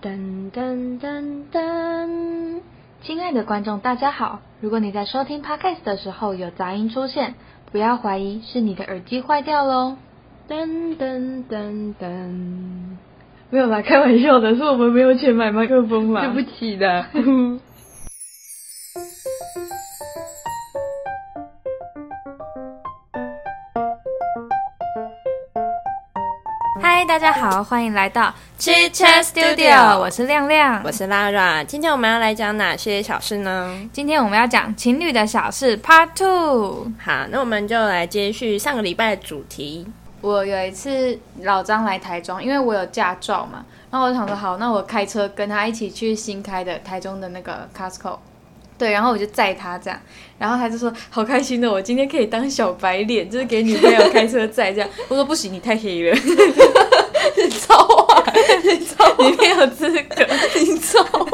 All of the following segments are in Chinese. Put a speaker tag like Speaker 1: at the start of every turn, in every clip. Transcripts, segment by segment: Speaker 1: 噔噔噔噔！亲爱的观众，大家好！如果你在收听 podcast 的时候有杂音出现，不要怀疑是你的耳机坏掉喽。噔噔噔噔！没有啦，开玩笑的，是我们没有钱买麦克风 啦。
Speaker 2: 起的。
Speaker 1: 嗨，大家好，欢迎来到 Chit Chat Studio，
Speaker 2: Studio
Speaker 1: 我是亮亮
Speaker 2: 我。是 Lara，今天我们要来讲哪些小事呢？
Speaker 1: 今天我们要讲情侣的小事 Part Two。
Speaker 2: 好，那我们就来接续上个礼拜的主题。
Speaker 3: 我有一次老张来台中，因为我有驾照嘛，然后我就想说好，那我开车跟他一起去新开的台中的那个 Costco，对，然后我就载他这样，然后他就说好开心的，我今天可以当小白脸，就是给女朋友开车载这样。我说不行，你太黑了，你超坏，你超，你没有资格，你超坏。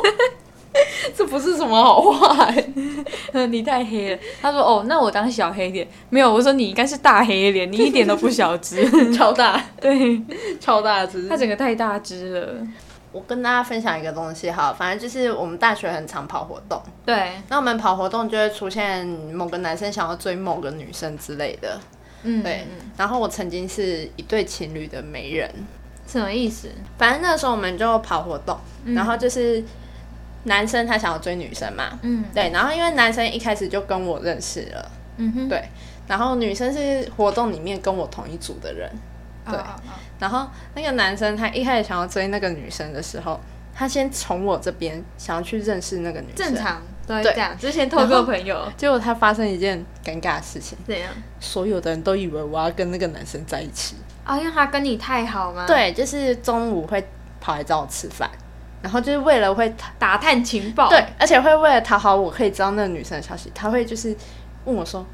Speaker 3: 这不是什么好话、欸， 你太黑了。他说：“哦，那我当小黑脸没有。”我说：“你应该是大黑脸，你一点都不小只。”
Speaker 2: 超大，
Speaker 3: 对，
Speaker 2: 超大只
Speaker 3: 它整个太大只了。
Speaker 2: 我跟大家分享一个东西哈，反正就是我们大学很常跑活动，
Speaker 3: 对，
Speaker 2: 那我们跑活动就会出现某个男生想要追某个女生之类的。
Speaker 3: 嗯，
Speaker 2: 对，然后我曾经是一对情侣的媒人，
Speaker 3: 什么意思？
Speaker 2: 反正那时候我们就跑活动，然后就是男生他想要追女生嘛，
Speaker 3: 嗯
Speaker 2: 对，然后因为男生一开始就跟我认识了，
Speaker 3: 嗯哼，
Speaker 2: 对，然后女生是活动里面跟我同一组的人，对
Speaker 3: 哦哦
Speaker 2: 然后那个男生他一开始想要追那个女生的时候，他先从我这边想要去认识那个女
Speaker 3: 正。
Speaker 2: 生，
Speaker 3: 常都会
Speaker 2: 对
Speaker 3: 这样，之前透过朋友
Speaker 2: 结果他发生一件尴尬的事情，
Speaker 3: 怎样？
Speaker 2: 所有的人都以为我要跟那个男生在一起。
Speaker 3: 啊，因为他跟你太好吗？，
Speaker 2: 对，就是中午会跑来找我吃饭，然后就是为了会讨
Speaker 3: 打探情报。
Speaker 2: 对，，而且会为了讨好我，可以知道那个女生的消息，他会就是问我说：“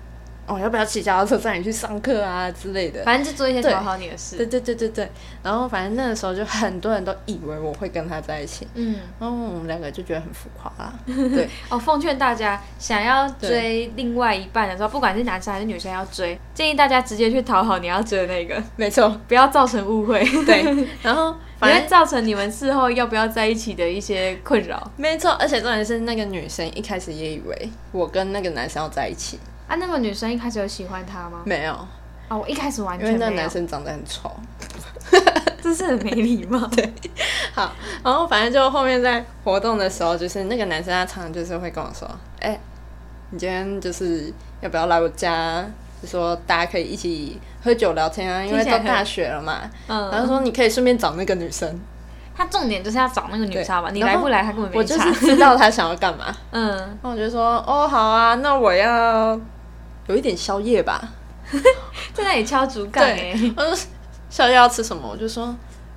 Speaker 2: 哦，要不要骑脚踏车载你去上课啊之类的。”
Speaker 3: 反正就做一些
Speaker 2: 对
Speaker 3: 讨好你的事
Speaker 2: 对。对对对对，然后反正那个时候就很多人都以为我会跟他在一起，
Speaker 3: 嗯，
Speaker 2: 然后我们两个就觉得很浮夸啦。 对，
Speaker 3: 哦，奉劝大家想要追
Speaker 2: 对
Speaker 3: 另外一半的时候，不管是男生还是女生要追，建议大家直接去讨好你要追的那个，
Speaker 2: 没错，
Speaker 3: 不要造成误会，你
Speaker 2: 对。然后反
Speaker 3: 会
Speaker 2: 正
Speaker 3: 造成你们事后要不要在一起的一些困扰
Speaker 2: 没错，而且重点是那个女生一开始也以为我跟那个男生要在一起，
Speaker 3: 啊。那个女生一开始有喜欢他吗？
Speaker 2: 没有，
Speaker 3: 啊，我一开始完
Speaker 2: 嗯因为
Speaker 3: 全
Speaker 2: 那个
Speaker 3: 没有
Speaker 2: 男，生长得很丑。
Speaker 3: 真是很没礼 貌。对，
Speaker 2: 好，然后反正就后面在活动的时候，就是那个男生他常常就是会跟我说：“哎、你今天就是要不要来我家？”就说大家可以一起喝酒聊天啊，因为
Speaker 3: 听起来
Speaker 2: 都
Speaker 3: 很
Speaker 2: 大学了嘛。
Speaker 3: 嗯
Speaker 2: 然后说你可以顺便找那个女生，
Speaker 3: 他重点就是要找那个女
Speaker 2: 对
Speaker 3: 生嘛，你
Speaker 2: 然
Speaker 3: 来
Speaker 2: 后
Speaker 3: 不来他根本没
Speaker 2: 我就
Speaker 3: 差。
Speaker 2: 是知道他想要干嘛，
Speaker 3: 嗯，
Speaker 2: 那我就说哦好啊，那我要有一点宵夜吧。
Speaker 3: 在那里敲竹杠哎、
Speaker 2: 对，我就说嗯宵夜要吃什么？我就说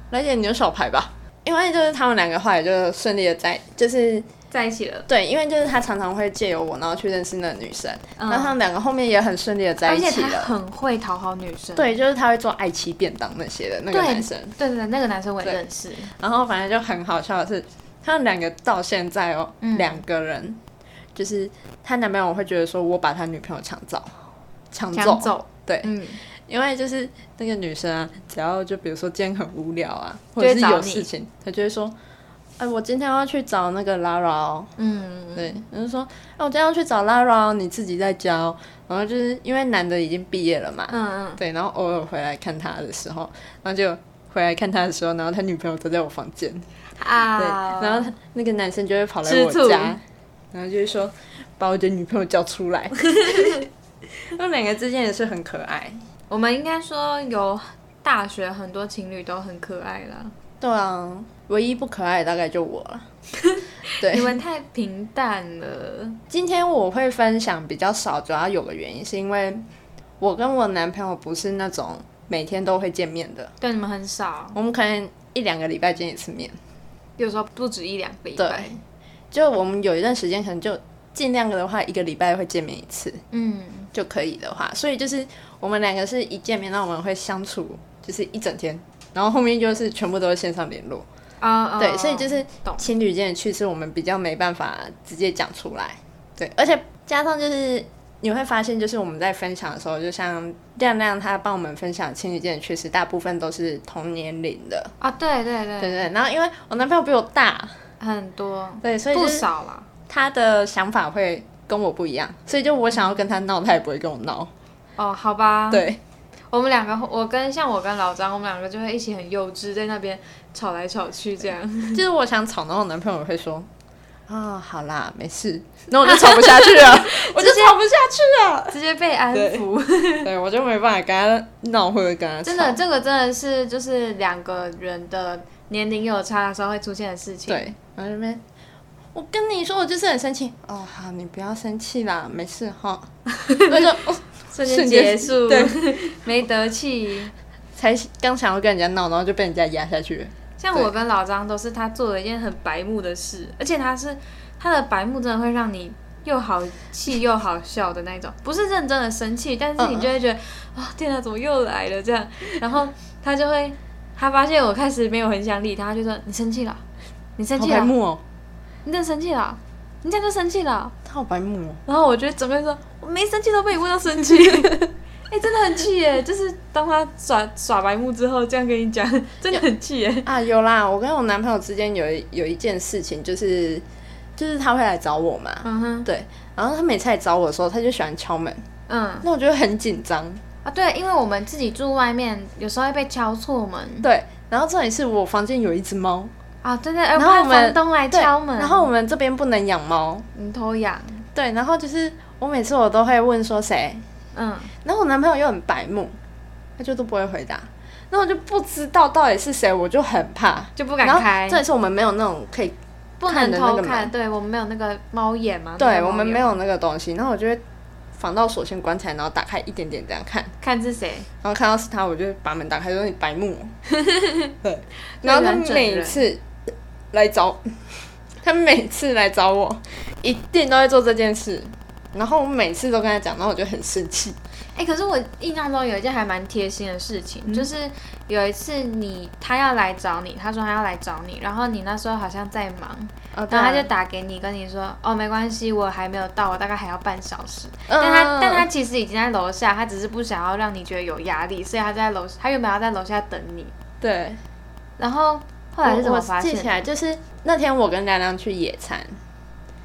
Speaker 2: 来点牛小排吧。因为就是他们两个后来就顺利的在，就是
Speaker 3: 在一起了，
Speaker 2: 对，因为就是他常常会借由我，然后去认识那个女生，
Speaker 3: 嗯
Speaker 2: 然后他们两个后面也很顺利的在
Speaker 3: 而
Speaker 2: 一
Speaker 3: 且
Speaker 2: 起
Speaker 3: 他
Speaker 2: 了。
Speaker 3: 很会讨好女生。
Speaker 2: 对，就是他会做爱妻便当那些的那个
Speaker 3: 对
Speaker 2: 男生，
Speaker 3: 对对对，那个男生我也
Speaker 2: 对
Speaker 3: 认识。
Speaker 2: 然后反正就很好笑的是，他们两个到现在哦，
Speaker 3: 嗯
Speaker 2: 两个人就是她男朋友会觉得说我把他女朋友抢走，抢走，
Speaker 3: 抢走，
Speaker 2: 对，
Speaker 3: 嗯，
Speaker 2: 因为就是那个女生啊，只要就比如说今天很无聊啊，或
Speaker 3: 会
Speaker 2: 者是
Speaker 3: 找
Speaker 2: 有
Speaker 3: 你
Speaker 2: 事情，她就会说，哎，我今天要去找那个 Lara 哦，
Speaker 3: 嗯，
Speaker 2: 对，然后说，哎、我今天要去找 Lara，哦你自己在家、哦。然后就是因为男的已经毕业了嘛，
Speaker 3: 嗯嗯，
Speaker 2: 对，然后偶尔回来看他的时候，然后就回来看他的时候，然后他女朋友都在我房间，对，
Speaker 3: 啊，
Speaker 2: 然后他那个男生就会跑来
Speaker 3: 吃
Speaker 2: 我
Speaker 3: 醋
Speaker 2: 家，然后就会说把我的女朋友叫出来。 他们两个之间也是很可爱，
Speaker 3: 我们应该说有大学很多情侣都很可爱啦，
Speaker 2: 对啊，唯一不可爱的大概就我了。对
Speaker 3: 你，们太平淡了。
Speaker 2: 今天我会分享比较少，主要有个原因是因为我跟我男朋友不是那种每天都会见面的，
Speaker 3: 对，你们很少，
Speaker 2: 我们可能一两个礼拜见一次面。
Speaker 3: 有时候不止一两个礼拜。
Speaker 2: 就我们有一段时间可能就尽量的话，一个礼拜会见面一次
Speaker 3: 嗯，
Speaker 2: 就可以的话，所以就是我们两个是一见面，那我们会相处就是一整天，然后后面就是全部都是线上联络。
Speaker 3: 啊、啊
Speaker 2: 对，所以就是
Speaker 3: 懂
Speaker 2: 情侣间的趣事，我们比较没办法直接讲出来。对，而且加上就是你会发现，就是我们在分享的时候，就像亮亮他帮我们分享情侣间的趣事，大部分都是同年龄的，
Speaker 3: 啊，对对对，
Speaker 2: 对对。然后因为我男朋友比我大，
Speaker 3: 很多，
Speaker 2: 对，所以就
Speaker 3: 不
Speaker 2: 是
Speaker 3: 少啦。
Speaker 2: 他的想法会跟我不一样，所以就我想要跟他闹，他也不会跟我闹。
Speaker 3: 哦，好吧，
Speaker 2: 对，
Speaker 3: 我们两个，我跟像我跟老张，我们两个就会一起很幼稚，在那边吵来吵去这样。
Speaker 2: 就是我想吵，然后我男朋友会说。哦，好啦，没事，那我就吵不下去 了， 我就吵不下去了，
Speaker 3: 直接被安抚。
Speaker 2: 对我就没办法跟他闹，或者跟他吵
Speaker 3: 真的，这个真的是就是两个人的年龄有差的时候会出现的事情。，
Speaker 2: 对，然后那边，我跟你说，我就是很生气。哦，好，你不要生气啦，没事哈。 我就、哦、
Speaker 3: 瞬间
Speaker 2: 瞬
Speaker 3: 结
Speaker 2: 间
Speaker 3: 束，
Speaker 2: 对，
Speaker 3: 没得气。
Speaker 2: 才刚想要跟人家闹，然后就被人家压下去了。
Speaker 3: 像
Speaker 2: 对
Speaker 3: 我跟老张都是他做了一件很白目的事，而且他是他的白目真的会让你又好气又好笑的那种，不是认真的生气，但是
Speaker 2: 嗯
Speaker 3: 你就会觉得啊、天哪，怎么又来了这样？然后他就会他发现我开始没有很想理他，他就说你生气了，你生
Speaker 2: 好
Speaker 3: 气
Speaker 2: 白
Speaker 3: 了，
Speaker 2: 目哦，
Speaker 3: 你真的生气了，你这样就生气了。
Speaker 2: 他好白目哦。
Speaker 3: 然后我觉得整个人说，我没生气都被你问到生 气，哎、真的很气耶！就是当他耍耍白目之后，这样跟你讲，真的很气耶。
Speaker 2: 啊，有啦，我跟我男朋友之间有一有一件事情，就是就是他会来找我嘛。
Speaker 3: 嗯哼，
Speaker 2: 对，然后他每次来找我的时候，他就喜欢敲门，
Speaker 3: 嗯
Speaker 2: 那我就会很紧张。
Speaker 3: 啊，对，因为我们自己住外面，有时候会被敲错门
Speaker 2: 对，然后重点是我房间有一只猫，
Speaker 3: 啊，真的，然
Speaker 2: 后我
Speaker 3: 房
Speaker 2: 们
Speaker 3: 东来
Speaker 2: 对
Speaker 3: 敲门，
Speaker 2: 然后我们这边不能养猫，
Speaker 3: 你偷痒，
Speaker 2: 对，然后就是我每次我都会问说谁，
Speaker 3: 嗯，
Speaker 2: 然后我男朋友又很白目，他就都不会回答，那我就不知道到底是谁，我就很怕。
Speaker 3: 就不
Speaker 2: 不
Speaker 3: 敢开，
Speaker 2: 这也是我们没有那种可以，
Speaker 3: 不能
Speaker 2: 看的那
Speaker 3: 偷
Speaker 2: 个
Speaker 3: 看，
Speaker 2: 门
Speaker 3: 对我们没有那个猫眼嘛，那
Speaker 2: 对
Speaker 3: 个
Speaker 2: 我们
Speaker 3: 猫眼啊
Speaker 2: 没有那个东西，然后我就会防盗锁先关起来，然后打开一点点这样看，
Speaker 3: 看是谁，
Speaker 2: 然后看到是他，我就把门打开，说你白目哦， 对，然后他
Speaker 3: 很准
Speaker 2: 每
Speaker 3: 人
Speaker 2: 次来找， 他每次来找我，一定都会做这件事，然后我每次都跟他讲，然后我就很生气，
Speaker 3: 哎、可是我印象中有一件还蛮贴心的事情，
Speaker 2: 嗯
Speaker 3: 就是有一次你他要来找你，他说他要来找你，然后你那时候好像在忙，
Speaker 2: 然后
Speaker 3: 然后哦他就打给你，跟你说哦没关系，我还没有到，我大概还要半小时。
Speaker 2: 嗯
Speaker 3: 但他但他其实已经在楼下，他只是不想要让你觉得有压力，所以他在楼他原本要在楼下等你，
Speaker 2: 对，
Speaker 3: 然后后来是怎
Speaker 2: 我
Speaker 3: 么
Speaker 2: 我
Speaker 3: 发
Speaker 2: 记起
Speaker 3: 现？
Speaker 2: 来就是那天我跟亮亮去野餐，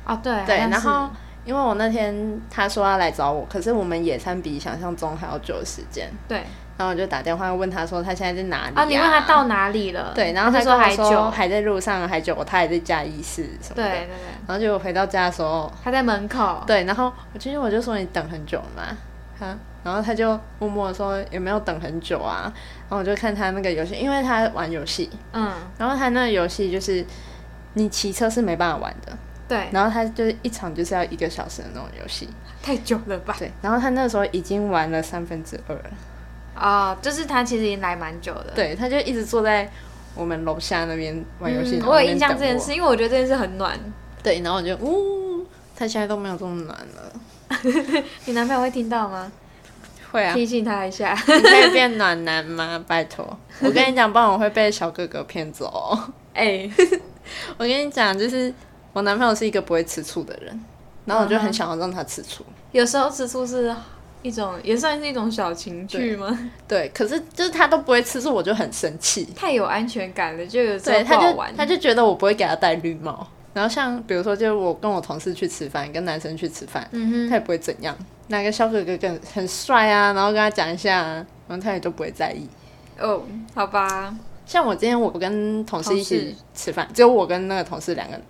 Speaker 3: 哦对
Speaker 2: 对，
Speaker 3: 好像
Speaker 2: 然后
Speaker 3: 是
Speaker 2: 因为我那天他说要来找我，可是我们野餐比想象中还要久的时间，
Speaker 3: 对
Speaker 2: 然后我就打电话问他说他现在在哪里、
Speaker 3: 啊你问他到？哪里了？
Speaker 2: 对，然后他
Speaker 3: 就说
Speaker 2: 跟我
Speaker 3: 还
Speaker 2: 说
Speaker 3: 久，
Speaker 2: 还在路上，还久，他还在嘉义市什么
Speaker 3: 对
Speaker 2: 的。
Speaker 3: 对对，
Speaker 2: 然后就回到家的时候，
Speaker 3: 他在门口，
Speaker 2: 对，然后我今天我就说你等很久嘛，哈，然后他就默默的说有没有等很久啊？然后我就看他那个游戏，因为他玩游戏，
Speaker 3: 嗯
Speaker 2: 然后他那个游戏就是你骑车是没办法玩的，
Speaker 3: 对，
Speaker 2: 然后他就是一场就是要一个小时的那种游戏，
Speaker 3: 太久了吧？
Speaker 2: 对。然后他那时候已经玩了三分之二了，
Speaker 3: 哦，就是他其实已经来蛮久的。
Speaker 2: 对，他就一直坐在我们楼下那边玩游戏。
Speaker 3: 嗯
Speaker 2: 然后
Speaker 3: 我
Speaker 2: 在那
Speaker 3: 有
Speaker 2: 边
Speaker 3: 印象
Speaker 2: 等
Speaker 3: 这件
Speaker 2: 我
Speaker 3: 事，，因为我觉得这件事很暖。
Speaker 2: 对，然后我就呜，他现在都没有这么难了，
Speaker 3: 你男朋友会听到吗？
Speaker 2: 会啊，
Speaker 3: 提醒他一 下。
Speaker 2: 你可以变暖男吗？拜托，我跟你讲，不然我会被小哥哥骗走哦、
Speaker 3: 哎，
Speaker 2: 我跟你讲，就是我男朋友是一个不会吃醋的人，然后我就很想要让他吃醋。
Speaker 3: 有时候吃醋是一种，也算是一种小情趣吗？
Speaker 2: 对，可是就是他都不会吃醋，我就很生气。
Speaker 3: 太有安全感了，就有时候
Speaker 2: 对，
Speaker 3: 不
Speaker 2: 他
Speaker 3: 好
Speaker 2: 就
Speaker 3: 玩。
Speaker 2: 他就觉得我不会给他戴绿帽。然后像比如说，就是我跟我同事去吃饭，跟男生去吃饭，
Speaker 3: 嗯
Speaker 2: 他
Speaker 3: 哼，
Speaker 2: 也不会怎样。哪个小哥哥更很帅啊，然后跟他讲一下、啊，然后他也都不会在意。
Speaker 3: 哦，好吧，
Speaker 2: 像我今天我跟同事一
Speaker 3: 同
Speaker 2: 起
Speaker 3: 事
Speaker 2: 吃饭，只有我跟那个同事两个，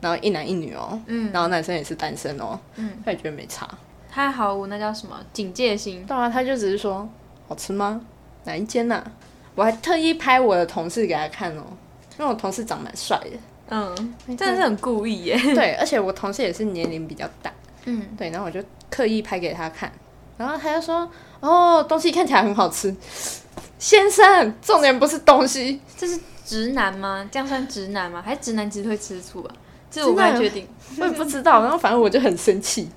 Speaker 2: 然后一男一女哦，
Speaker 3: 嗯
Speaker 2: 然后男生也是单身哦，
Speaker 3: 嗯，
Speaker 2: 他也觉得没差。
Speaker 3: 他毫无那叫什么警戒心。
Speaker 2: 当然，他就只是说好吃吗？哪一间呐、啊？我还特意拍我的同事给他看哦，因为我同事长蛮帅 的，
Speaker 3: 嗯，真的是很故意耶。
Speaker 2: 对，而且我同事也是年龄比较大，
Speaker 3: 嗯，
Speaker 2: 对，然后我就刻意拍给他看，然后他就说：“哦，东西看起来很好吃。”先生，重点不是东西，
Speaker 3: 这是直男吗？这样算直男吗？还是直男其实会吃醋啊？这
Speaker 2: 直
Speaker 3: 我不太
Speaker 2: 男
Speaker 3: 确定。
Speaker 2: 我也不知道。然后反正我就很生气，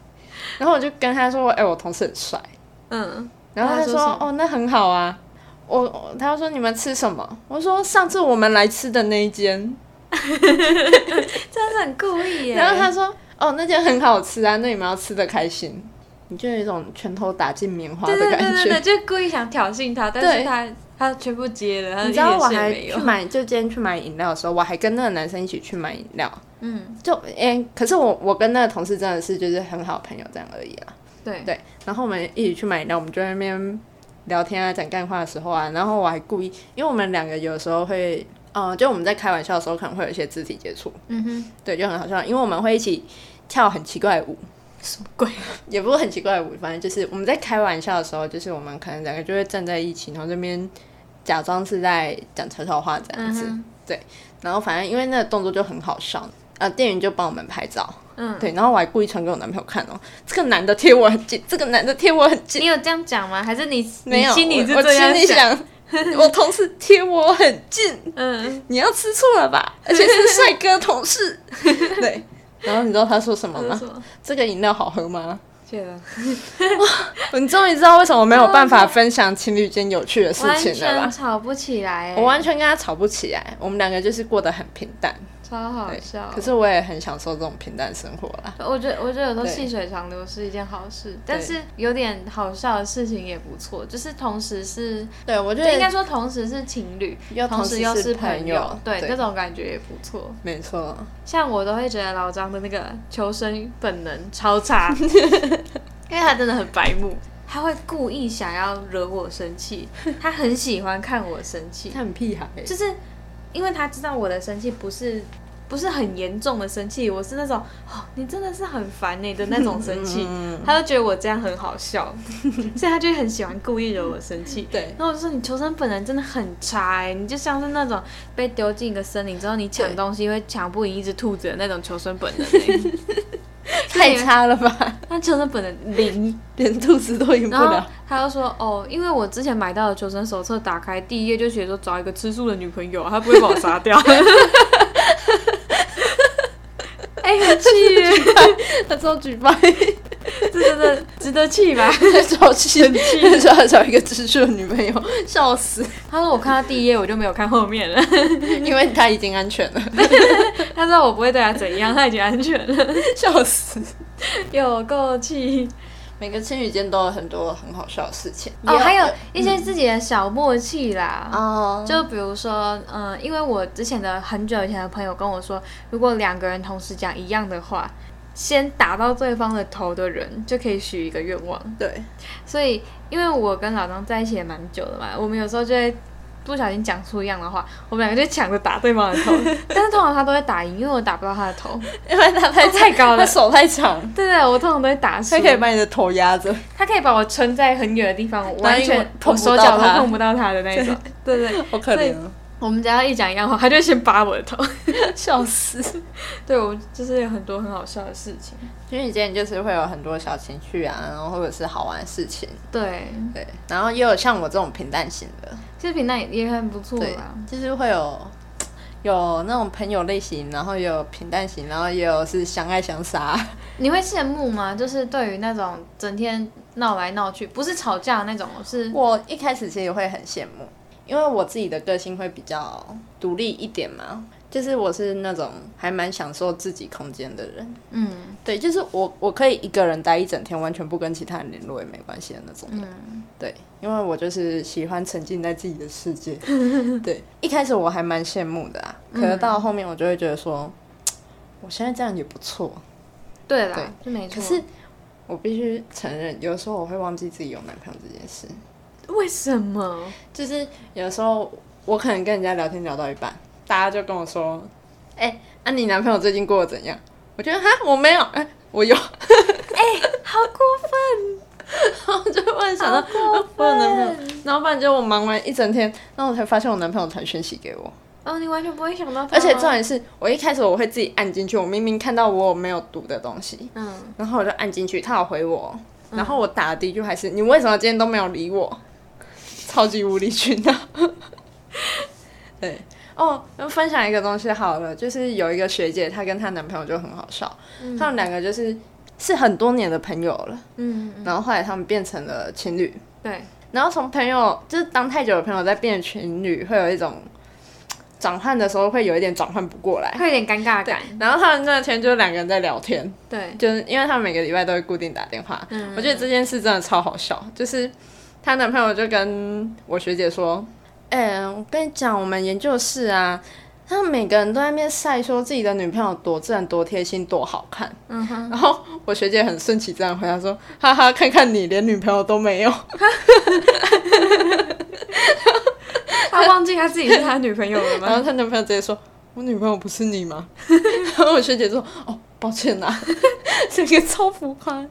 Speaker 2: 然后我就跟他说：“哎、我同事很帅。
Speaker 3: 嗯，”
Speaker 2: 然后他
Speaker 3: 那他
Speaker 2: 说：“
Speaker 3: 说什么
Speaker 2: 哦，那很好啊。我”我他说：“你们吃什么？”我说：“上次我们来吃的那一间。
Speaker 3: 真的是很故意”耶。
Speaker 2: 然后他说：“哦，那间很好吃啊，那你们要吃的开心。”你就有一种拳头打进棉花
Speaker 3: 对
Speaker 2: 的
Speaker 3: 对
Speaker 2: 感觉。
Speaker 3: 对对对，就故意想挑衅他，但
Speaker 2: 对
Speaker 3: 是他他全部接了，他
Speaker 2: 你
Speaker 3: 一
Speaker 2: 知道
Speaker 3: 点
Speaker 2: 我
Speaker 3: 事也
Speaker 2: 还
Speaker 3: 没
Speaker 2: 去
Speaker 3: 有。
Speaker 2: 买，就今天去买饮料的时候，我还跟那个男生一起去买饮料。
Speaker 3: 嗯，
Speaker 2: 就诶、可是我我跟那个同事真的是就是很好的朋友这样而已啦。
Speaker 3: 对
Speaker 2: 对，然后我们一起去买饮料，我们就在那边聊天啊，讲干话的时候啊，然后我还故意，因为我们两个有时候会，呃，就我们在开玩笑的时候可能会有一些肢体接触，
Speaker 3: 嗯哼，
Speaker 2: 对，就很好笑，因为我们会一起跳很奇怪的舞，
Speaker 3: 什么鬼？
Speaker 2: 也不是很奇怪的舞，反正就是我们在开玩笑的时候，就是我们可能两个就会站在一起，然后这边假装是在讲悄悄话这样子，
Speaker 3: 嗯
Speaker 2: 然后反正因为那个动作就很好笑，呃，店员就帮我们拍照。
Speaker 3: 嗯，
Speaker 2: 对，然后我还故意传给我男朋友看哦，这个男的贴我很紧，这个男的贴我很紧，
Speaker 3: 你有这样讲吗？还是你
Speaker 2: 没
Speaker 3: 你
Speaker 2: 有，
Speaker 3: 心里是
Speaker 2: 我
Speaker 3: 这样
Speaker 2: 我心里？ 想，我同事贴我很近，
Speaker 3: 嗯，
Speaker 2: 你要吃醋 了吧？而且是帅哥同事，对。然后你知道他说什么
Speaker 3: 他说
Speaker 2: 吗
Speaker 3: 什？么？
Speaker 2: 这个饮料好喝吗？
Speaker 3: 觉
Speaker 2: 啊
Speaker 3: 得
Speaker 2: 你终于知道为什么没有办法分享情侣间有趣的事
Speaker 3: 完
Speaker 2: 情了
Speaker 3: 全
Speaker 2: 吧？
Speaker 3: 吵不起来，欸
Speaker 2: 我完全跟他吵不起来，我们两个就是过得很平淡。
Speaker 3: 超好
Speaker 2: 对
Speaker 3: 笑。
Speaker 2: 可是我也很享受这种平淡生活啦。
Speaker 3: 我觉得，我觉得有时候
Speaker 2: 对
Speaker 3: 细水长流是一件好事，但是有点好笑的事情也不错，就是同时是，
Speaker 2: 对，我觉
Speaker 3: 就
Speaker 2: 得
Speaker 3: 应该说同时是情侣，
Speaker 2: 又
Speaker 3: 同
Speaker 2: 同时
Speaker 3: 又
Speaker 2: 是
Speaker 3: 是
Speaker 2: 朋
Speaker 3: 友，
Speaker 2: 友
Speaker 3: 对，
Speaker 2: 对
Speaker 3: 这种感觉也不错。
Speaker 2: 没错。
Speaker 3: 像我都会觉得老张的那个求生本能超 差，因为他真的很白目，他会故意想要惹我生气，他很喜欢看我生气，
Speaker 2: 他很屁孩欸，
Speaker 3: 就是因为他知道我的生气不是不是很严重的生气，我是那种哦，你真的是很烦欸你、的那种生气，
Speaker 2: 嗯
Speaker 3: 他就觉得我这样很好笑， 所以他就很喜欢故意惹我生气。
Speaker 2: 对
Speaker 3: 然后我就说你求生本能真的很差、欸，你就像是那种被丢进一个森林之后，你抢
Speaker 2: 对
Speaker 3: 东西会抢不赢一只兔子的那种求生本能、 欸，
Speaker 2: 太差了吧，
Speaker 3: 他求生本能零。
Speaker 2: 连兔子都赢不
Speaker 3: 然后
Speaker 2: 了。
Speaker 3: 他又说，哦，因为我之前买到的求生手册，打开第一页就写说找一个吃素的女朋友，他不会把我杀掉。 哎、很气耶，
Speaker 2: 他超举报，
Speaker 3: 这真的值得气吧？
Speaker 2: 他超气， 他说他找一个吃素的女朋友，笑死，
Speaker 3: 他说我看到第一页我就没有看后面了，
Speaker 2: 因为他已经安全了，
Speaker 3: 他知道我不会对他怎样，他已经安全了，
Speaker 2: 笑死。
Speaker 3: 有够气。
Speaker 2: 每个情侣间都有很多很好笑的事情
Speaker 3: 哦，还有一些自己的小默契啦。
Speaker 2: 哦，
Speaker 3: 就比如说，嗯、因为我之前的很久以前的朋友跟我说，如果两个人同时讲一样的话，先打到对方的头的人就可以许一个愿望。
Speaker 2: 对，
Speaker 3: 所以，因为我跟老张在一起也蛮久的嘛，我们有时候就会不小心讲出一样的话，我们两个就抢着打对方 的头，但是通常他都会打赢，因为我打不到他的头。
Speaker 2: 因为他太
Speaker 3: 太高了
Speaker 2: 他手太 长，
Speaker 3: 对对，我通常都会打输。
Speaker 2: 他可以把你的头压 着，
Speaker 3: 他可以把我撑在很远的地方，我完
Speaker 2: 但
Speaker 3: 全
Speaker 2: 因为
Speaker 3: 我
Speaker 2: 碰不到
Speaker 3: 手脚都
Speaker 2: 他
Speaker 3: 碰不到他的那一 种。对 对，
Speaker 2: 好可怜哦，
Speaker 3: 我们只要一讲一样的话，他就先拔我的 头。
Speaker 2: 笑死。
Speaker 3: 对，我就是有很多很好笑的事情。
Speaker 2: 情侣间就是会有很多小情绪啊，然后或者是好玩的事情，
Speaker 3: 对，
Speaker 2: 对，然后也有像我这种平淡型的，
Speaker 3: 其实平淡也也很不错
Speaker 2: 对
Speaker 3: 啦。，
Speaker 2: 就是会有有那种朋友类型，然后也有平淡型，然后也有是相爱相杀。
Speaker 3: 你会羡慕吗？就是对于那种整天闹来闹去，不是吵架的那种，是
Speaker 2: 我一开始其实会很羡慕，因为我自己的个性会比较独立一点嘛，就是我是那种还蛮享受自己空间的人。
Speaker 3: 嗯
Speaker 2: 对，就是我我可以一个人待一整天，完全不跟其他人联络也没关系的那种。
Speaker 3: 嗯，
Speaker 2: 对，因为我就是喜欢沉浸在自己的世界。对，一开始我还蛮羡慕的啊，可是到后面我就会觉得说，我现在这样也不错。
Speaker 3: 对啦，
Speaker 2: 对
Speaker 3: 就没错。
Speaker 2: 可是我必须承认，有时候我会忘记自己有男朋友这件事，
Speaker 3: 为什么？
Speaker 2: 就是有时候我可能跟人家聊天聊到一半，大家就跟我说：“哎、那、你男朋友最近过得怎样？”我觉得哈，我没有，哎、我有，
Speaker 3: 好过分！啊
Speaker 2: 我就忽然想到
Speaker 3: 好过
Speaker 2: 啊我有男朋友，然后不然就我忙完一整天，然后我才发现我男朋友传讯息给我，
Speaker 3: 哦，你完全不会想到他，
Speaker 2: 而且重点是我一开始我会自己按进去，我明明看到我没有读的东西，
Speaker 3: 嗯，
Speaker 2: 然后我就按进去，他有回我，然后我打的第一句还是、你为什么今天都没有理我？ 超级无理取闹。 对，哦，那分享一个东西好了，就是有一个学姐，她跟她男朋友就很好笑，
Speaker 3: 嗯
Speaker 2: 他们两个就是是很多年的朋友了，
Speaker 3: 嗯嗯，
Speaker 2: 然后后来他们变成了情侣，
Speaker 3: 对，
Speaker 2: 然后从朋友就是当太久的朋友再变成情侣，会有一种转换的时候会有一点转换不过来。
Speaker 3: 会有点尴尬
Speaker 2: 对
Speaker 3: 感。，
Speaker 2: 然后他们那天就两个人在聊天，
Speaker 3: 对，
Speaker 2: 就是因为他们每个礼拜都会固定打电话，
Speaker 3: 嗯
Speaker 2: 我觉得这件事真的超好笑。就是她男朋友就跟我学姐说：“哎、我跟你讲，我们研究室啊，他们每个人都在那边晒说自己的女朋友多自然、多贴心、多好看。”
Speaker 3: 嗯哼，
Speaker 2: 然后我学姐很顺其自然回答说：“哈哈，看看你连女朋友都没有。
Speaker 3: 他忘记他自己是他女朋友了”
Speaker 2: 然后
Speaker 3: 吗？
Speaker 2: 她男朋友直接说：“我女朋友不是你吗？” 然后我学姐说：“哦，抱歉啦、
Speaker 3: 这个超浮夸。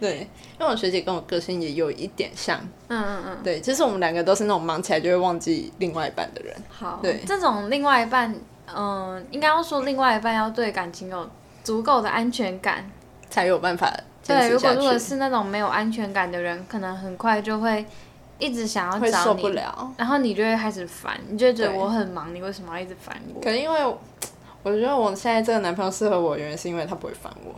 Speaker 2: 对，因为我学姐跟我个性也有一点像，
Speaker 3: 嗯嗯嗯，
Speaker 2: 对，就是我们两个都是那种忙起来就会忘记另外一半的人。
Speaker 3: 好。
Speaker 2: 对
Speaker 3: 这种另外一半，嗯、应该要说另外一半要对感情有足够的安全感。
Speaker 2: 才有办法坚
Speaker 3: 对，
Speaker 2: 持
Speaker 3: 如果
Speaker 2: 下
Speaker 3: 如果
Speaker 2: 去，
Speaker 3: 是那种没有安全感的人，可能很快就会一直想要
Speaker 2: 会
Speaker 3: 找
Speaker 2: 受
Speaker 3: 你，
Speaker 2: 不了。
Speaker 3: 然后你就会开始烦，你就会觉得
Speaker 2: 对
Speaker 3: 我很忙，你为什么要一直烦我？
Speaker 2: 可能因为我觉得我现在这个男朋友适合我，原因是因为他不会烦我。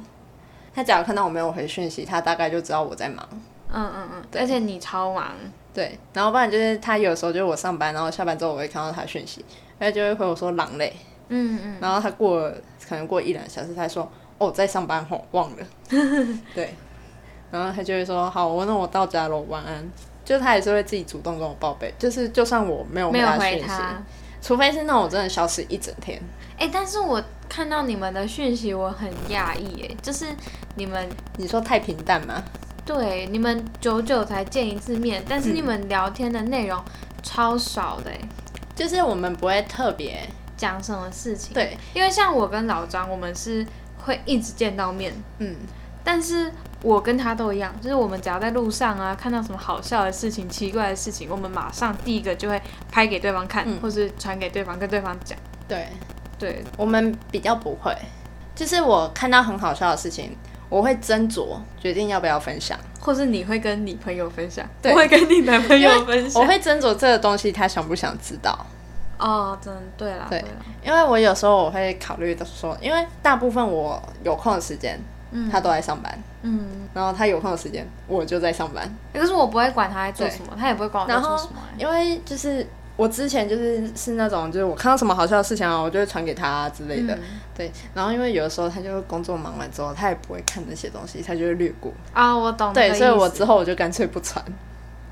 Speaker 2: 他假如看到我没有回讯息，他大概就知道我在忙。
Speaker 3: 嗯嗯嗯，而且你超忙，
Speaker 2: 对，然后不然就是他有时候就是我上班，然后下班之后我会看到他讯息，他就会回我说狼嘞，
Speaker 3: 嗯嗯，
Speaker 2: 然后他过了可能过一两小时，他说哦在上班吼忘了， 对，然后他就会说好，我那我到家了，晚安。就他也是会自己主动跟我报备，就是就算我没有
Speaker 3: 没
Speaker 2: 回
Speaker 3: 有
Speaker 2: 他
Speaker 3: 回
Speaker 2: 讯息，
Speaker 3: 他。
Speaker 2: 除非是那种真的消失一整天，
Speaker 3: 哎、但是我看到你们的讯息，我很讶异，哎，就是你们
Speaker 2: 你说太平淡吗？
Speaker 3: 对你们久久才见一次面，但是你们聊天的内容超少的，哎
Speaker 2: 就是我们不会特别
Speaker 3: 讲什么事情？，
Speaker 2: 对，
Speaker 3: 因为像我跟老张，我们是会一直见到面，
Speaker 2: 嗯，
Speaker 3: 但是我跟他都一样，就是我们只要在路上啊，看到什么好笑的事情、奇怪的事情，我们马上第一个就会拍给对方看，
Speaker 2: 嗯
Speaker 3: 或是传给对方，跟对方讲。
Speaker 2: 对，
Speaker 3: 对，
Speaker 2: 我们比较不会。就是我看到很好笑的事情，我会斟酌决定要不要分享，
Speaker 3: 或是你会跟你朋友分享，
Speaker 2: 对
Speaker 3: 我会跟你男朋友分享
Speaker 2: 我。会斟酌这个东西他想不想知道。
Speaker 3: 哦，真的对啦，
Speaker 2: 对
Speaker 3: 啦，
Speaker 2: 因为我有时候我会考虑到说，因为大部分我有空的时间，
Speaker 3: 嗯，
Speaker 2: 他都在上班，
Speaker 3: 嗯，欸
Speaker 2: 然后他有空的时间我就在上班，
Speaker 3: 可是我不会管他在做什么，他也不会管我在
Speaker 2: 然
Speaker 3: 做
Speaker 2: 后
Speaker 3: 什么、欸。
Speaker 2: 因为就是我之前就是是那种就是我看到什么好笑的事情啊，我就会传给他、啊、之类的，
Speaker 3: 嗯
Speaker 2: 对。然后因为有的时候他就工作忙完之后，他也不会看那些东西，他就会略过。
Speaker 3: 啊、我懂那
Speaker 2: 对，
Speaker 3: 个
Speaker 2: 所以
Speaker 3: 意
Speaker 2: 我
Speaker 3: 思
Speaker 2: 之后我就干脆不传，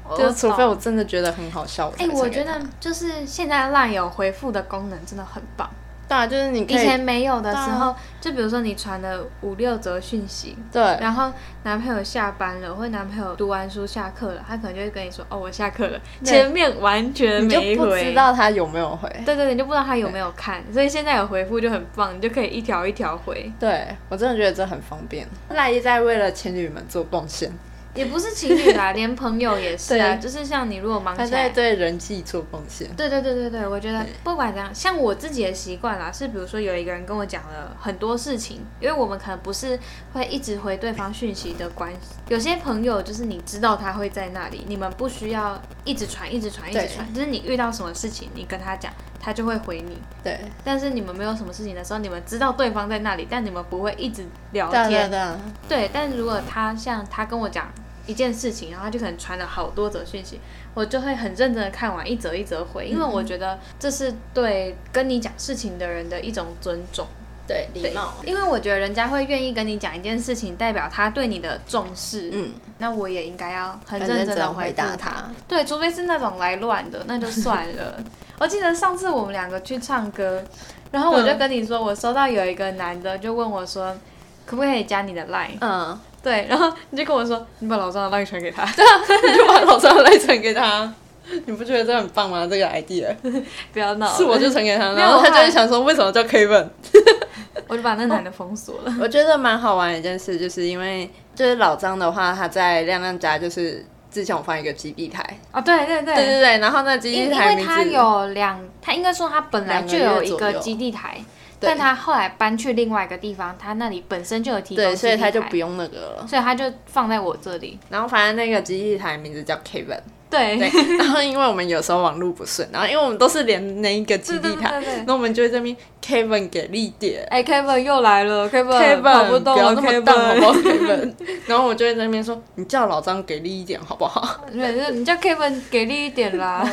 Speaker 3: 我
Speaker 2: 就是除非
Speaker 3: 懂
Speaker 2: 我真的觉得很好笑，
Speaker 3: 哎、
Speaker 2: 才
Speaker 3: 我
Speaker 2: 传给
Speaker 3: 觉
Speaker 2: 他
Speaker 3: 得就是现在 LINE 有回复的功能真的很棒，
Speaker 2: 对啊，就是你可
Speaker 3: 以前
Speaker 2: 以
Speaker 3: 没有的时
Speaker 2: 对啊
Speaker 3: 候，就比如说你传了五六则讯息，
Speaker 2: 对
Speaker 3: 然后男朋友下班了，或者男朋友读完书下课了，他可能就会跟你说：“哦，我下课了。”
Speaker 2: 对
Speaker 3: 前面完全
Speaker 2: 你就
Speaker 3: 没
Speaker 2: 不
Speaker 3: 回，
Speaker 2: 知道他有没有回。
Speaker 3: 对对对，你就不知道他有没有看，所以现在有回复就很棒，你就可以一条一条回。
Speaker 2: 对我真的觉得这很方便。赖一在为了情侣们做贡献，
Speaker 3: 也不是情侣 啦，连朋友也是啊，
Speaker 2: 对
Speaker 3: 就是像你如果忙
Speaker 2: 他
Speaker 3: 起来
Speaker 2: 在，对人际做贡献。
Speaker 3: 对对对对
Speaker 2: 嗯
Speaker 3: 对，我觉得不管怎样，像我自己的习惯啦，是比如说有一个人跟我讲了很多事情，因为我们可能不是会一直回对方讯息的关系，有些朋友就是你知道他会在那里，你们不需要一直传、一直传、一直
Speaker 2: 对
Speaker 3: 传，就是你遇到什么事情，你跟他讲，他就会回你。
Speaker 2: 对，
Speaker 3: 但是你们没有什么事情的时候，你们知道对方在那里，但你们不会一直聊
Speaker 2: 对啊
Speaker 3: 天。
Speaker 2: 对啊对啊，
Speaker 3: 对，但如果他像他跟我讲一件事情，然后他就可能传了好多则讯息，我就会很认真的看完一则一则回，
Speaker 2: 嗯
Speaker 3: 因为我觉得这是对跟你讲事情的人的一种尊重。
Speaker 2: 对礼貌。
Speaker 3: 因为我觉得人家会愿意跟你讲一件事情，代表他对你的重视。
Speaker 2: 嗯，
Speaker 3: 那我也应该要很
Speaker 2: 很
Speaker 3: 认
Speaker 2: 认
Speaker 3: 真
Speaker 2: 真
Speaker 3: 的
Speaker 2: 地回答
Speaker 3: 他。
Speaker 2: 他。
Speaker 3: 对，除非是那种来乱的，那就算 了。我记得上次我们两个去唱歌，然后我就
Speaker 2: 嗯
Speaker 3: 跟你说，我收到有一个男的就问我说，可不可以加你的 line？
Speaker 2: 嗯，
Speaker 3: 对，然后你就跟我说，你把老张的 line 传给他，
Speaker 2: 你就把老张赖传给他，你不觉得这很棒吗？这个 idea
Speaker 3: 不要闹。
Speaker 2: 是我就传给他，
Speaker 3: 没有
Speaker 2: 然后他就
Speaker 3: 我
Speaker 2: 会想说为什么叫 Kevin？
Speaker 3: 我就把那男的封锁了。
Speaker 2: 我觉得蛮好玩的一件事，就是因为就是老张的话，他在亮亮家就是之前我放一个基地台，
Speaker 3: 啊，对对对
Speaker 2: 对对对，然后那基
Speaker 3: 因
Speaker 2: 地
Speaker 3: 因
Speaker 2: 台
Speaker 3: 为
Speaker 2: 名
Speaker 3: 他
Speaker 2: 字
Speaker 3: 有两，他应该说他本来
Speaker 2: 两个
Speaker 3: 就有
Speaker 2: 月
Speaker 3: 一
Speaker 2: 左
Speaker 3: 个
Speaker 2: 右
Speaker 3: 基地台，
Speaker 2: 对
Speaker 3: 但他后来搬去另外一个地方，他那里本身就有提供
Speaker 2: 对，所以
Speaker 3: 基地
Speaker 2: 他就
Speaker 3: 台
Speaker 2: 不，用那个了。
Speaker 3: 所以他就放在我这里。
Speaker 2: 然后反正那个基地台名字叫 Kevin，
Speaker 3: 对
Speaker 2: 对。 然后因为我们有时候网络不顺，然后因为我们都是连那一个基地台
Speaker 3: 对对对对对，
Speaker 2: 那我们就会在那边 Kevin 给力点。
Speaker 3: 哎，Kevin 又来了，Kevin
Speaker 2: Kevin，
Speaker 3: 跑不动
Speaker 2: 要
Speaker 3: 了
Speaker 2: 那么荡好不好
Speaker 3: ，Kevin。
Speaker 2: ？Kevin，然后我就会在那边说：“你叫老张给力一点好不好
Speaker 3: 对，你叫 Kevin 给力一点啦。？”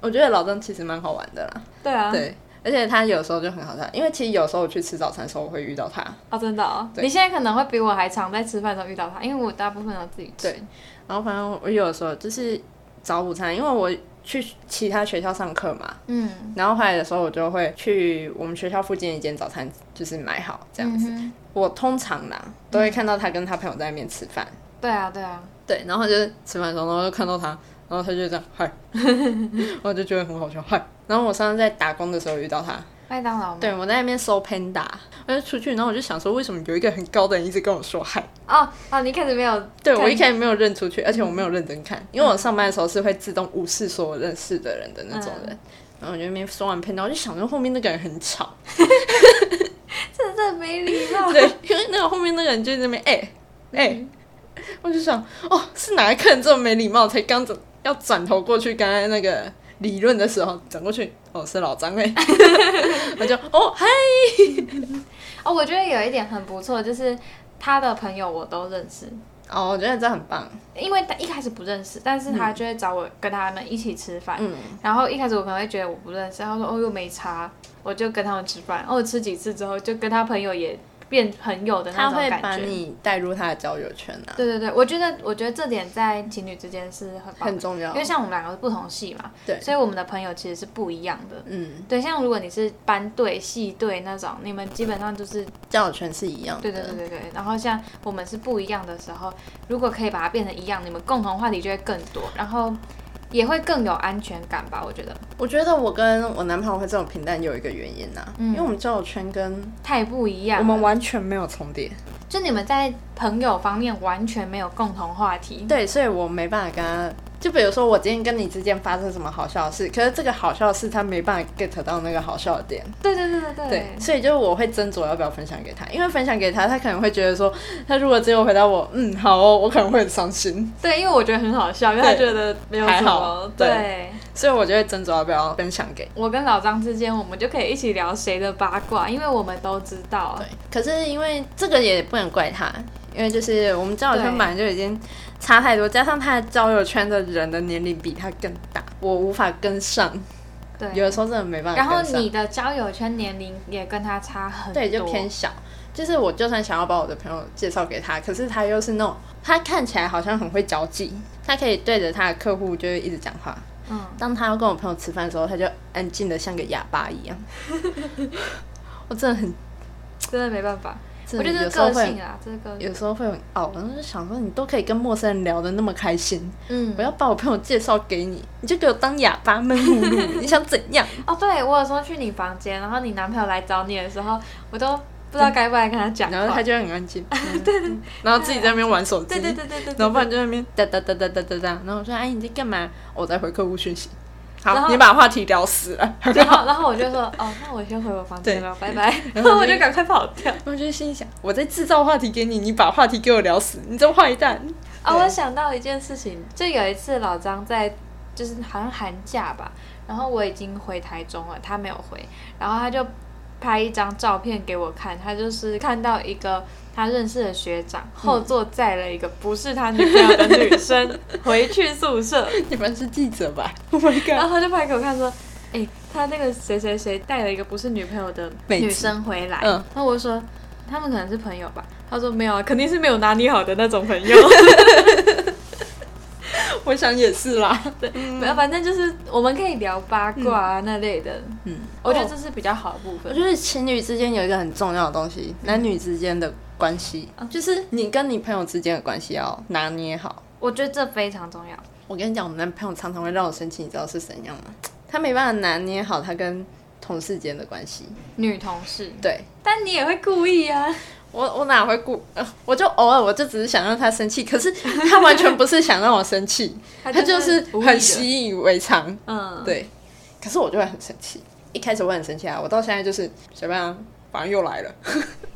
Speaker 2: 我觉得老张其实蛮好玩的啦。
Speaker 3: 对啊，
Speaker 2: 对，而且他有时候就很好笑，因为其实有时候我去吃早餐的时候，我会遇到他，
Speaker 3: 哦，真的哦，
Speaker 2: 对
Speaker 3: 你现在可能会比我还常在吃饭的时候遇到他，因为我大部分都自己吃。
Speaker 2: 对然后反正我有的时候就是早午餐，因为我去其他学校上课嘛，
Speaker 3: 嗯，
Speaker 2: 然后回来的时候我就会去我们学校附近的一间早餐，就是买好这样子。
Speaker 3: 嗯哼
Speaker 2: 我通常啦都会看到他跟他朋友在那边吃饭，
Speaker 3: 对啊，对啊，
Speaker 2: 对，然后就是吃饭的时候，然后就看到他，然后他就这样嗨， 我就觉得很好笑嗨。然后我上次在打工的时候遇到他，
Speaker 3: 麦当劳吗？
Speaker 2: 对我在那边收 Panda，我就出去，然后我就想说为什么有一个很高的人一直跟我说嗨。
Speaker 3: 哦哦，你一开始没有
Speaker 2: 对，
Speaker 3: 看
Speaker 2: 我一开始没有认出去，而且我没有认真看，因为我上班的时候是会自动无视所有认识的人的那种人。然后我就那边说完 Panda，我就想着后面那个人很吵，
Speaker 3: 真的没礼貌。
Speaker 2: 对，因为那个后面那个人就在那边哎哎，我就想哦，是哪个客人这么没礼貌，才刚转要转头过去，刚才那个理论的时候转过去，哦，是老张哎、 我就哦嗨，
Speaker 3: 哦，我觉得有一点很不错，就是他的朋友我都认识，
Speaker 2: 哦，我觉得这很棒，
Speaker 3: 因为他一开始不认识，但是他就会找我跟他们一起吃饭。
Speaker 2: 嗯，
Speaker 3: 然后一开始我可能会觉得我不认识，他说哦又没差，我就跟他们吃饭。哦，我吃几次之后，就跟他朋友也变朋友的那
Speaker 2: 他
Speaker 3: 种
Speaker 2: 会
Speaker 3: 感
Speaker 2: 把
Speaker 3: 觉。
Speaker 2: 你带入他的交友圈啊，
Speaker 3: 对对对，我觉得我觉得这点在情侣之间是很棒
Speaker 2: 很
Speaker 3: 的，
Speaker 2: 重要
Speaker 3: 因，为像我们两个是不同系嘛，
Speaker 2: 对
Speaker 3: 所以我们的朋友其实是不一样的。
Speaker 2: 嗯，
Speaker 3: 对，像如果你是班队、系队那种，你们基本上就是
Speaker 2: 交友圈是一样的，
Speaker 3: 对对对对对。然后像我们是不一样的时候，如果可以把它变成一样，你们共同话题就会更多，然后也会更有安全感吧？我觉得
Speaker 2: 我觉得我跟我男朋友会这种平淡有一个原因啊，
Speaker 3: 嗯
Speaker 2: 因为我们交友圈跟
Speaker 3: 太不一样
Speaker 2: 我
Speaker 3: 了。
Speaker 2: 们完全没有重叠，
Speaker 3: 就你们在朋友方面完全没有共同话题。
Speaker 2: 对，所以我没办法跟他。就比如说，我今天跟你之间发生什么好笑的事，可是这个好笑的事他没办法 get 到那个好笑的点，
Speaker 3: 对对对对对
Speaker 2: 对，所以就是我会斟酌要不要分享给他，因为分享给他，他可能会觉得说，他如果只有回答我，嗯，好哦，我可能会很伤心，
Speaker 3: 对因为我觉得很好笑，因为他
Speaker 2: 对
Speaker 3: 觉得没有
Speaker 2: 还
Speaker 3: 什
Speaker 2: 好
Speaker 3: 么。
Speaker 2: 对所以我就会斟酌要不要分享给。
Speaker 3: 我跟老张之间，我们就可以一起聊谁的八卦，因为我们都知道。
Speaker 2: 对，可是因为这个也不能怪他，因为就是我们交友圈
Speaker 3: 对
Speaker 2: 本来就已经差太多，加上他的交友圈的人的年龄比他更大，我无法跟上，
Speaker 3: 对
Speaker 2: 有的时候真的没办法
Speaker 3: 然
Speaker 2: 跟上。
Speaker 3: 后你的交友圈年龄也跟他差很多，嗯
Speaker 2: 对，就偏小。就是我就算想要把我的朋友介绍给他，可是他又是那种他看起来好像很会交际，他可以对着他的客户就是一直讲话。
Speaker 3: 嗯，
Speaker 2: 当他要跟我朋友吃饭的时候，他就安静的像个哑巴一样。 我真的很，
Speaker 3: 真的没办法。
Speaker 2: 真
Speaker 3: 我
Speaker 2: 的
Speaker 3: 觉得
Speaker 2: 有
Speaker 3: 这
Speaker 2: 时候
Speaker 3: 是个
Speaker 2: 会
Speaker 3: 性，啊，这是个性
Speaker 2: 有时候会很懊恼，就想说你都可以跟陌生人聊得那么开心，
Speaker 3: 嗯
Speaker 2: 我要把我朋友介绍给你，你就给我当哑巴闷葫芦，你想怎 样？
Speaker 3: 哦，对我有时候去你房间，然后你男朋友来找你的时候，我都不知道该不该跟他讲话。
Speaker 2: 然后他就会很 安静，对对，然后自己在那边玩手机，
Speaker 3: 对对对对对，对
Speaker 2: 然后不然就在那边哒哒哒哒哒哒哒，然后我说：“哎，你在干嘛？”我在回客户讯息。
Speaker 3: 然
Speaker 2: 好，
Speaker 3: 后
Speaker 2: 你把话题聊死了。
Speaker 3: 然后，然后我就说，哦，那我先回我房间了，拜拜。
Speaker 2: 然
Speaker 3: 然
Speaker 2: 后
Speaker 3: 后
Speaker 2: 我
Speaker 3: 我
Speaker 2: 就
Speaker 3: 就赶快跑掉。
Speaker 2: 我就心里想，我在制造话题给你，你把话题给我聊死，你这坏蛋。
Speaker 3: 啊，
Speaker 2: 对
Speaker 3: 我想到一件事情，就有一次老张在，就是好像寒假吧，然后我已经回台中了，他没有回，然后他就拍一张照片给我看，他就是看到一个他认识的学长
Speaker 2: 嗯
Speaker 3: 后座载了一个不是他女朋友的女生回去宿 舍，
Speaker 2: 你们是记者吧？Oh my
Speaker 3: 然后
Speaker 2: god！
Speaker 3: 他就拍给我看说，哎、他那个谁谁谁带了一个不是女朋友的
Speaker 2: 妹子
Speaker 3: 女生回来，
Speaker 2: 嗯
Speaker 3: 然后我就说他们可能是朋友吧，他说没有啊，肯定是没有拿你好的那种朋 友，
Speaker 2: 我想也是啦。
Speaker 3: 没有，反正就是我们可以聊八卦啊、那类的，
Speaker 2: 嗯，
Speaker 3: 我觉得这是比较好的部
Speaker 2: 我
Speaker 3: 分。
Speaker 2: 觉得情侣之间有一个很重要的东西，男女之间的关系，就是你跟你朋友之间的关系要拿捏好。
Speaker 3: 我觉得这非常重要，
Speaker 2: 我跟你讲，我男朋友常常会让我生气，你知道是怎样吗？他没办法拿捏好他跟同事间的关系。
Speaker 3: 女同事，
Speaker 2: 对，
Speaker 3: 但你也会故意啊，
Speaker 2: 我我哪会顾？呃我就偶尔，我就只是想让他生气，可是他完全不是想让我生气，
Speaker 3: 他
Speaker 2: 他就是
Speaker 3: 无意
Speaker 2: 很
Speaker 3: 的，
Speaker 2: 习以为常。
Speaker 3: 嗯，
Speaker 2: 对，可是我就会很生气。一开始我很生气啊，我到现在就是随便、啊，反正又来了。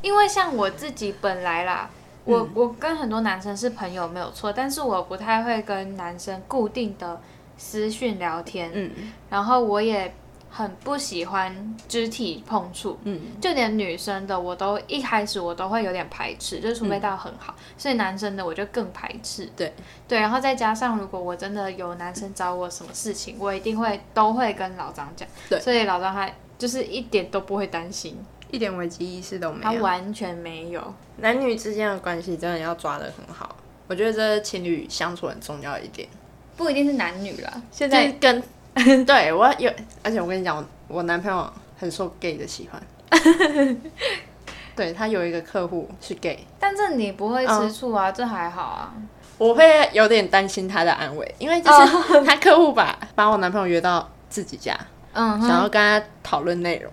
Speaker 3: 因为像我自己本来啦，我、我跟很多男生是朋友没有错，但是我不太会跟男生固定的私讯聊天，
Speaker 2: 嗯
Speaker 3: 然后我也很不喜欢肢体碰触，
Speaker 2: 嗯，
Speaker 3: 就连女生的我都一开始我都会有点排斥，就除非到很好，所以男生的我就更排斥。
Speaker 2: 嗯对
Speaker 3: 对，然后再加上如果我真的有男生找我什么事情，我一定会都会跟老张讲。
Speaker 2: 对
Speaker 3: 所以老张他。就是一点都不会担心，
Speaker 2: 一点危机意识都没
Speaker 3: 他
Speaker 2: 有。
Speaker 3: 完全没有。
Speaker 2: 男女之间的关系真的要抓得很好，我觉得这是情侣相处很重要一点。
Speaker 3: 不一定是男女啦，
Speaker 2: 现
Speaker 3: 在
Speaker 2: 跟 对我有，而且我跟你讲，我我男朋友很受 gay 的喜欢。 对他有一个客户是 gay，
Speaker 3: 但这你不会吃
Speaker 2: 嗯
Speaker 3: 醋啊，这还好啊。
Speaker 2: 我会有点担心他的安危，因为就是 他客户把把我男朋友约到自己家，
Speaker 3: 嗯
Speaker 2: 想
Speaker 3: 哼，
Speaker 2: 要跟他讨论内容，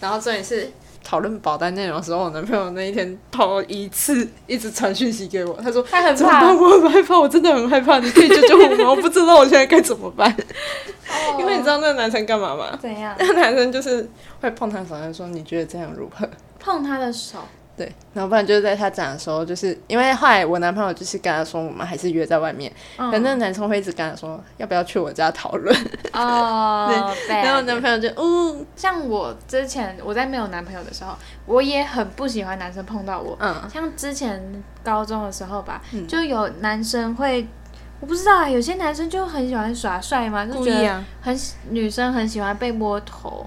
Speaker 2: 然后重点是讨论保单内容的时候，我男朋友那一天头一次一直传讯息给我，他说
Speaker 3: 他很
Speaker 2: 怎么
Speaker 3: 怕
Speaker 2: 办？我很害怕，我真的很害怕，你可以救救我吗？我不知道我现在该怎么办，因为你知道那个男生干嘛吗？
Speaker 3: 哦怎样
Speaker 2: 那个男生就是会碰他手，他说你觉得这样如何？
Speaker 3: 碰他的手，
Speaker 2: 对，然后不然就是在他讲的时候，就是因为后来我男朋友就是跟他说，我们还是约在外面，
Speaker 3: 嗯
Speaker 2: 反正男生会一直跟他说要不要去我家讨论，
Speaker 3: 哦，
Speaker 2: 然后我
Speaker 3: bad
Speaker 2: 男朋友就嗯
Speaker 3: 像我之前我在没有男朋友的时候，我也很不喜欢男生碰到我。
Speaker 2: 嗯，
Speaker 3: 像之前高中的时候吧，
Speaker 2: 嗯
Speaker 3: 就有男生会，我不知道啊，有些男生就很喜欢耍帅嘛，就
Speaker 2: 故
Speaker 3: 觉
Speaker 2: 意
Speaker 3: 得
Speaker 2: 啊，
Speaker 3: 很喜女生很喜欢被摸头、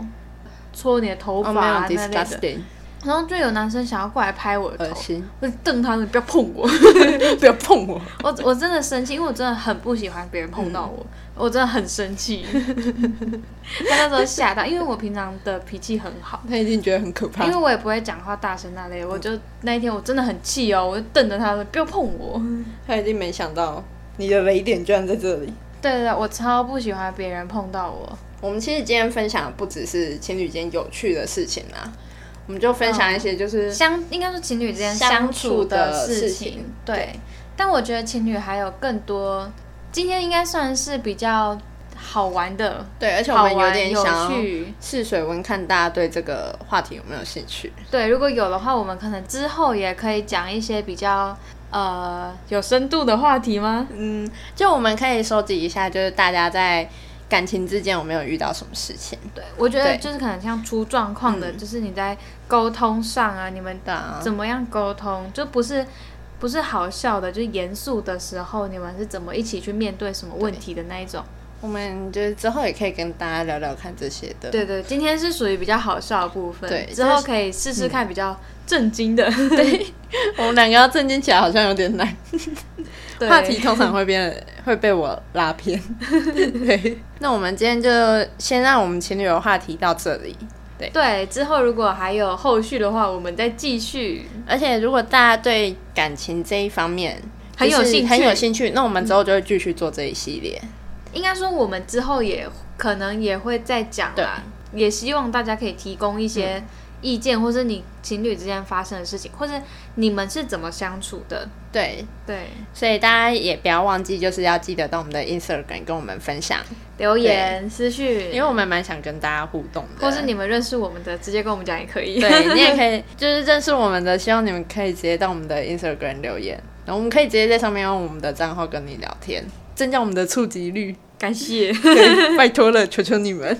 Speaker 3: 搓你的头
Speaker 2: 哦
Speaker 3: 发
Speaker 2: 没有
Speaker 3: 啊、那类的，
Speaker 2: disgusting，
Speaker 3: 然后就有男生想要过来拍我的
Speaker 2: 恶
Speaker 3: 头，
Speaker 2: 心，
Speaker 3: 我就瞪他，你不要碰我，
Speaker 2: 不要碰我，
Speaker 3: 我我真的生气，因为我真的很不喜欢别人碰到
Speaker 2: 嗯
Speaker 3: 我，我真的很生气。 他那时候吓到，因为我平常的脾气很好，
Speaker 2: 他一定觉得很可怕嗯
Speaker 3: 因为。我也不会讲话大声那类，我就那一天我真的很气哦，我就瞪着他说不要碰我。
Speaker 2: 他已经没想到你的雷点居然在这里。
Speaker 3: 对对对，我超不喜欢别人碰到我。
Speaker 2: 我们其实今天分享的不只是情侣间有趣的事情啊，我们就分享一些就是、
Speaker 3: 相应该说情侣之间
Speaker 2: 相
Speaker 3: 处
Speaker 2: 处的
Speaker 3: 事
Speaker 2: 事情
Speaker 3: 对。
Speaker 2: 对
Speaker 3: 但我觉得情侣还有更多，今天应该算是比较好玩的，
Speaker 2: 对，而且我
Speaker 3: 好
Speaker 2: 们有
Speaker 3: 玩
Speaker 2: 点
Speaker 3: 有
Speaker 2: 想要
Speaker 3: 趣。
Speaker 2: 试水温，看大家对这个话题有没有兴趣。
Speaker 3: 对，如果有的话，我们可能之后也可以讲一些比较呃有深度的话题吗？
Speaker 2: 嗯，就我们可以收集一下，就是大家在感情之间有没有遇到什么事情？
Speaker 3: 对，我觉得
Speaker 2: 对
Speaker 3: 就是可能像出状况的，
Speaker 2: 嗯
Speaker 3: 就是你在沟通上啊，你们
Speaker 2: 对啊，
Speaker 3: 怎么样沟通，就不是不是好笑的，就是严肃的时候，你们是怎么一起去面对什么问题的那一种？
Speaker 2: 我们就是之后也可以跟大家聊聊看这些的。
Speaker 3: 对对，今天是属于比较好笑的部分，
Speaker 2: 对
Speaker 3: 之
Speaker 2: 这
Speaker 3: 后
Speaker 2: 是
Speaker 3: 可以试试看比较震惊的，嗯 对
Speaker 2: 我们两个要正经起来好像有点难。
Speaker 3: 对
Speaker 2: 话题通常会变 会被我拉偏。 对，那我们今天就先让我们情侣的话题到这里。
Speaker 3: 对，之后如果还有后续的话，我们再继续。
Speaker 2: 而且如果大家对感情这一方面
Speaker 3: 很有
Speaker 2: 就是
Speaker 3: 兴趣嗯
Speaker 2: 很有兴趣，那我们之后就会继续做这一系列。
Speaker 3: 应该说我们之后也可能也会再讲啦，也希望大家可以提供一
Speaker 2: 嗯
Speaker 3: 些意见，或是你情侣之间发生的事情，或是你们是怎么相处的。
Speaker 2: 对，
Speaker 3: 对，
Speaker 2: 所以大家也不要忘记，就是要记得到我们的 Instagram 跟我们分享，
Speaker 3: 留言私讯，
Speaker 2: 因为我们蛮想跟大家互动的。
Speaker 3: 或是你们认识我们的，直接跟我们讲也可以。
Speaker 2: 对你也可以，就是认识我们的，希望你们可以直接到我们的 Instagram 留言，然后我们可以直接在上面用我们的账号跟你聊天，增加我们的触及率。
Speaker 3: 感谢，
Speaker 2: 对拜托了，求求你们。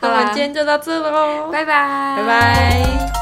Speaker 2: 那我
Speaker 3: 好啦
Speaker 2: 们今天就到这了喽，
Speaker 3: 拜拜，
Speaker 2: 拜拜